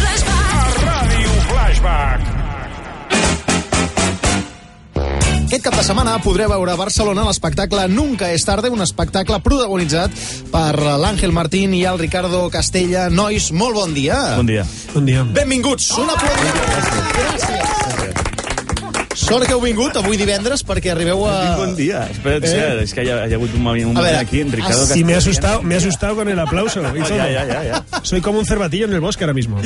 Ràdio Flashback. Aquest cap de setmana podré veure a Barcelona l'espectacle Nunca és tarde, un espectacle protagonitzat per l'Àngel Martín i el Ricardo Castella. Nois, molt bon dia. Bon dia. Bon dia. Benvinguts. Un aplaudiment. Gràcies. Sort que heu vingut avui divendres perquè arribeu a... Bon dia. Espera't, eh? és que hi ha, hi ha hagut un moment, un Ah. A moment veure, ah, aquí, en Ricardo... así Y me Castell. ha asustado, me ha asustado con el aplauso. y No, todo. ya, ya, ya, ya. Soy como un cervatillo en el bosque ahora mismo.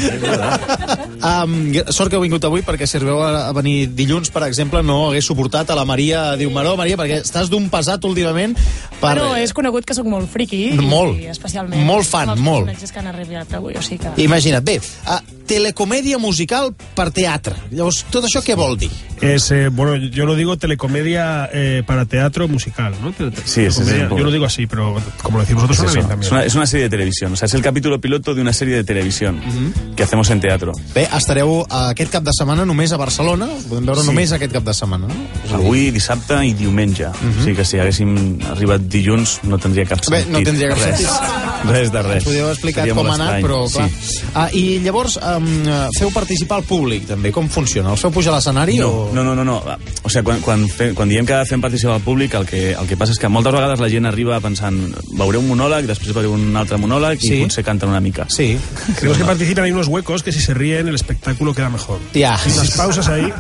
Um, sort que heu vingut avui perquè si arribeu a a venir dilluns, per exemple, no hagués suportat a la Maria Diumaró. Maria, perquè estàs d'un pesat últimament. Per... Bueno, és conegut que sóc molt friki. Molt. I especialment. Molt fan, amb els molt. personatges que han arribat avui, o sigui que... Imagina't. Bé, uh, telecomèdia musical per teatre. Llavors, tot això què vol dir? Es, eh, bueno, yo lo digo telecomedia eh, para teatro musical, ¿no? Te- te- Sí, ese es el telecomedia. poco. yo lo digo así, pero como lo decimos nosotros Es, suena bien eso, también. es una, es una serie de televisión, o sea, es el capítulo piloto de una serie de televisión Mhm. que hacemos en teatro. Bé, estareu eh, aquest cap de setmana només a Barcelona. Ho podem veure sí. només aquest cap de setmana. No? Avui, dissabte i diumenge. O sigui que si haguéssim arribat dilluns no tendría cap Mhm. Bé, sentit. no tindria cap res. sentit. Res de res. Ens podíeu explicar Seria com molt ha anat, estrany, però clar. Sí. Sí. Ah, I llavors um, feu participar al públic, també. Com funciona? Els feu pujar a l'escenari No, o...? no, no, no, no. O sigui, quan, quan, fe, quan diem que fem participar al públic, el que, el que passa és que moltes vegades la gent arriba pensant veuré un monòleg, després veuré un altre monòleg Sí. i potser canten una mica. Sí. Los que participan hay unos huecos que si se ríen el espectáculo queda mejor. Ja. Hay unas pausas ahí.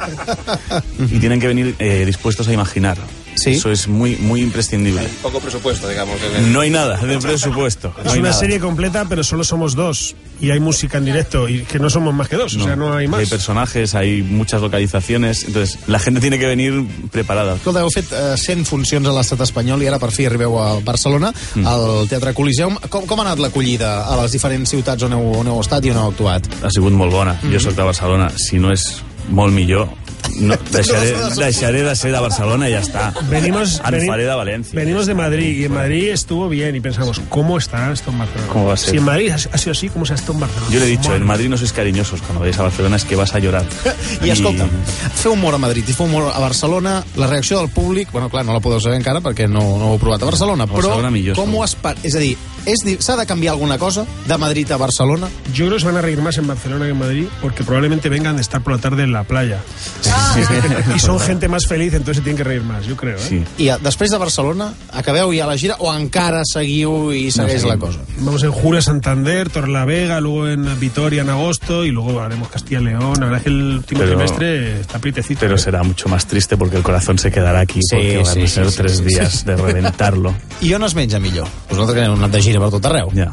y tienen que venir eh, dispuestos a imaginar. Sí. Eso es muy, muy imprescindible. poco presupuesto, digamos. que- No hay nada de presupuesto. No Es hay una nada. serie completa, pero solo somos dos. Y hay música en directo y que no somos más que dos. No. O sea, no hay Hay más. personajes, hay muchas localizaciones. Entonces, la gente tiene que venir preparada. Escolta, heu fet eh, 100 funcions a l'estat espanyol i ara per fi arribeu a Barcelona, Mm. al Teatre Coliseum. Com, com ha anat l'acollida a les diferents ciutats on heu, on heu estat i on heu actuat? Ha sigut molt bona. Jo soc de Barcelona. Si no és molt millor, no, deixaré, deixaré de ser de Barcelona i ja està. Venimos, Em veni- faré de València. venimos de Madrid y en Madrid estuvo bien y pensamos, ¿cómo estará esto en Barcelona? ¿Cómo va a ser? Si en Madrid ha ha sido así, ¿cómo será esto en Barcelona? Yo le he dicho, Madre en Madrid no sois cariñosos. Cuando vayáis a Barcelona es que vas a llorar. I escolta, fer humor a Madrid i fer humor a Barcelona, la reacció del públic, bueno, clar, no la podeu saber encara perquè no, no ho heu provat a Barcelona, però Barcelona millor, com segur. ho has... pa- És a dir, és di- s'ha de canviar alguna cosa de Madrid a Barcelona? Yo creo que se van a reír más en Barcelona que en Madrid porque probablemente vengan de estar por la tarde en la playa. y son gente más feliz, entonces se tienen que reír más, yo creo. ¿eh? Sí. I a, després de Barcelona, acabeu ja la gira o encara seguiu i segueix no la cosa? Vamos en Julio a Santander, Torlavega, luego en Vitoria en agosto y luego haremos Castilla y León. La verdad es que el último Pero- trimestre está apretecito. ¿eh? Pero será mucho más triste porque el corazón se quedará aquí. Sí, porque van sí, a ser sí, sí, tres sí, días de reventarlo. I on es menja millor? Vosaltres que heu anat de gira per tot arreu. Ya.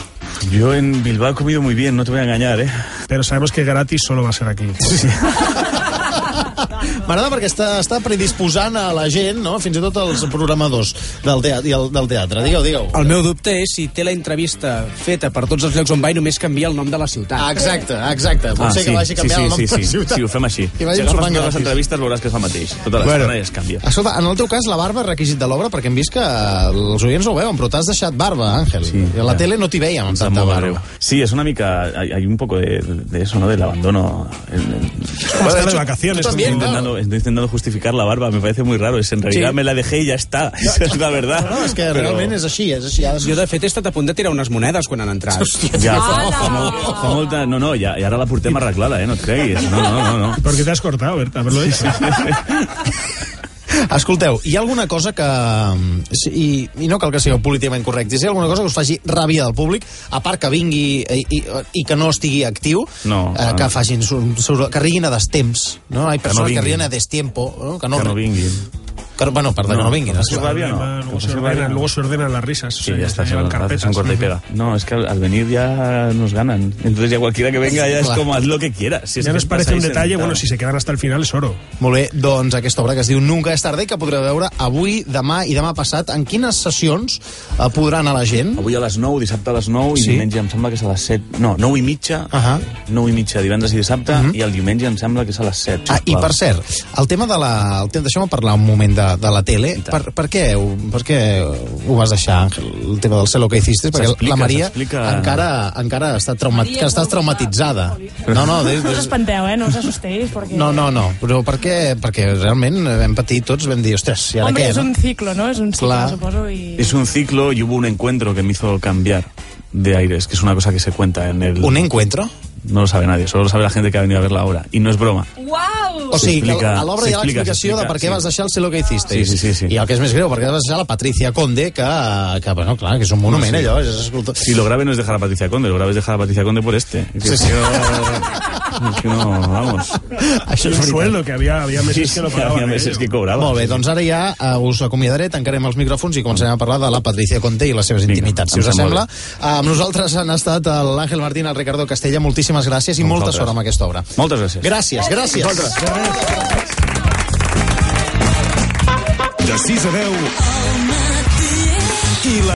Yo en Bilbao he comido muy bien, no te voy a engañar, ¿eh? Pero sabemos que gratis solo va a ser aquí. M'agrada perquè està, està predisposant a la gent, no? fins i tot els programadors del teatre. i el- Del teatre. Digueu, digueu. El meu dubte és si té la entrevista feta per tots els llocs on va i només canvia el nom de la ciutat. Ah, Exacte, exacte. Potser que vagi canviant el nom Ah, sí, de sí, la sí, ciutat. sí, ho fem així. I Si vagin agafes sopant totes les gratis. entrevistes veuràs que és el mateix. Tota l'estona bueno. i es canvia. Escolta, en el teu cas, la barba és requisit de l'obra perquè hem vist que eh, els oients no ho veuen, però t'has deixat barba, Àngel. Sí, I a la ja. tele no t'hi veiem amb Está tanta muy barba. greu. Sí, es una mica... Hay, hay un poco de, de eso, ¿no? Del abandono. El- el- Como estar de vacaciones. tú como- también, Estoy claro. intentando, estoy intentando justificar la barba, me parece muy raro. Es, en realidad me la dejé y ya está. Esa es la verdad. No, és que Pero- realment és així, és així. Ha de Jo, ser- de fet, he estat a punt de tirar unes monedes quan han entrat. Ja, fa, fa, molt, fa molta... No, no, ja, i ara la portem arreglada, eh? No et creguis. No, no, no. no. Porque te has cortado, Berta, haberlo dicho. Escolteu, hi ha alguna cosa que... sí, I, I no cal que sigueu políticament correctes. Hi ha alguna cosa que us faci ràbia del públic, a part que vingui i, i, i que no estigui actiu, No, eh, que no. facin sur, sur, que riguin a destemps. No? Hi ha persones que, vinguin. riguin a destiempo, no? que no, Que no vinguin. Pero bueno, perdón, que no vinguin. eh, Passi ràbia, no. problema, luego, Que se passi ordena, ràbia, no. luego se ordenan las risas. Sí, o sea, ya está, se se llevan hace un carpetas. corte y pega. No, es que al al venir ya nos ganan. Entonces ya cualquiera que venga ya es Claro. como haz lo que quieras. Si es Ya que nos parece pasa un ahí detalle, sentado. bueno, si se quedan hasta el final es oro. Molt bé, doncs aquesta obra que es diu Nunca és tarda i que podreu veure avui, demà i demà passat. En quines sessions eh, podrà anar la gent? Avui a les 9, dissabte a les 9 i Sí. diumenge em sembla que és a les 7... No, 9 i mitja, Ahà. 9 i mitja divendres i dissabte i el diumenge em sembla que és a les 7. Ah, i sisplau. per cert, el tema de la... El tema, deixa'm parlar un moment de, de la tele. Per, per, què, ho- per què ho vas deixar, Àngel, el tema del celo que hiciste? Perquè S'explica, la Maria s'explica. encara, encara està, trauma, que estàs traumatitzada. No, no, des, No us des, espanteu, eh? No us assustéis, perquè... no, no, no, però per què? Perquè realment vam patir tots, vam dir, ostres, i ara Hombre, què? és no? un ciclo, ¿no? És un cicle, Clar. suposo, i... Es un ciclo y hubo un encuentro que me hizo cambiar de aires, que es una cosa que se cuenta en el... un e- encuentro? No lo sabe nadie, solo lo sabe la gente que ha venido a ver la obra. Y no es broma. O sigui, que S'explica, a l'obra hi ha s'explica, l'explicació de per què s'explica, vas sí. deixar el Sé lo que hiciste. Sí, sí, sí, sí. I el que és més greu, perquè vas deixar la Patricia Conde, que, que bueno, clar, que és un monument, allò, és escultor. Si Ah, lo grave no es dejar a Patricia Conde, lo grave es dejar a Patricia Conde por este. Que Sí, sí. no- que no, vamos. Això és El veritat. sueldo que había, había meses que lo Sí, sí, pagaban. ¿eh? había meses que cobraba. Molt bé, doncs ara ja uh, us acomiadaré, tancarem els micròfons i començarem a parlar de la Patricia Conte i les seves Vinga, intimitats, si em us sembla. sembla Uh, amb nosaltres han estat l'Àngel Martín, el Ricardo Castella, moltíssimes gràcies i molta Vosaltres. sort amb aquesta obra. Moltes gràcies. Gràcies, gràcies. De 6 a 10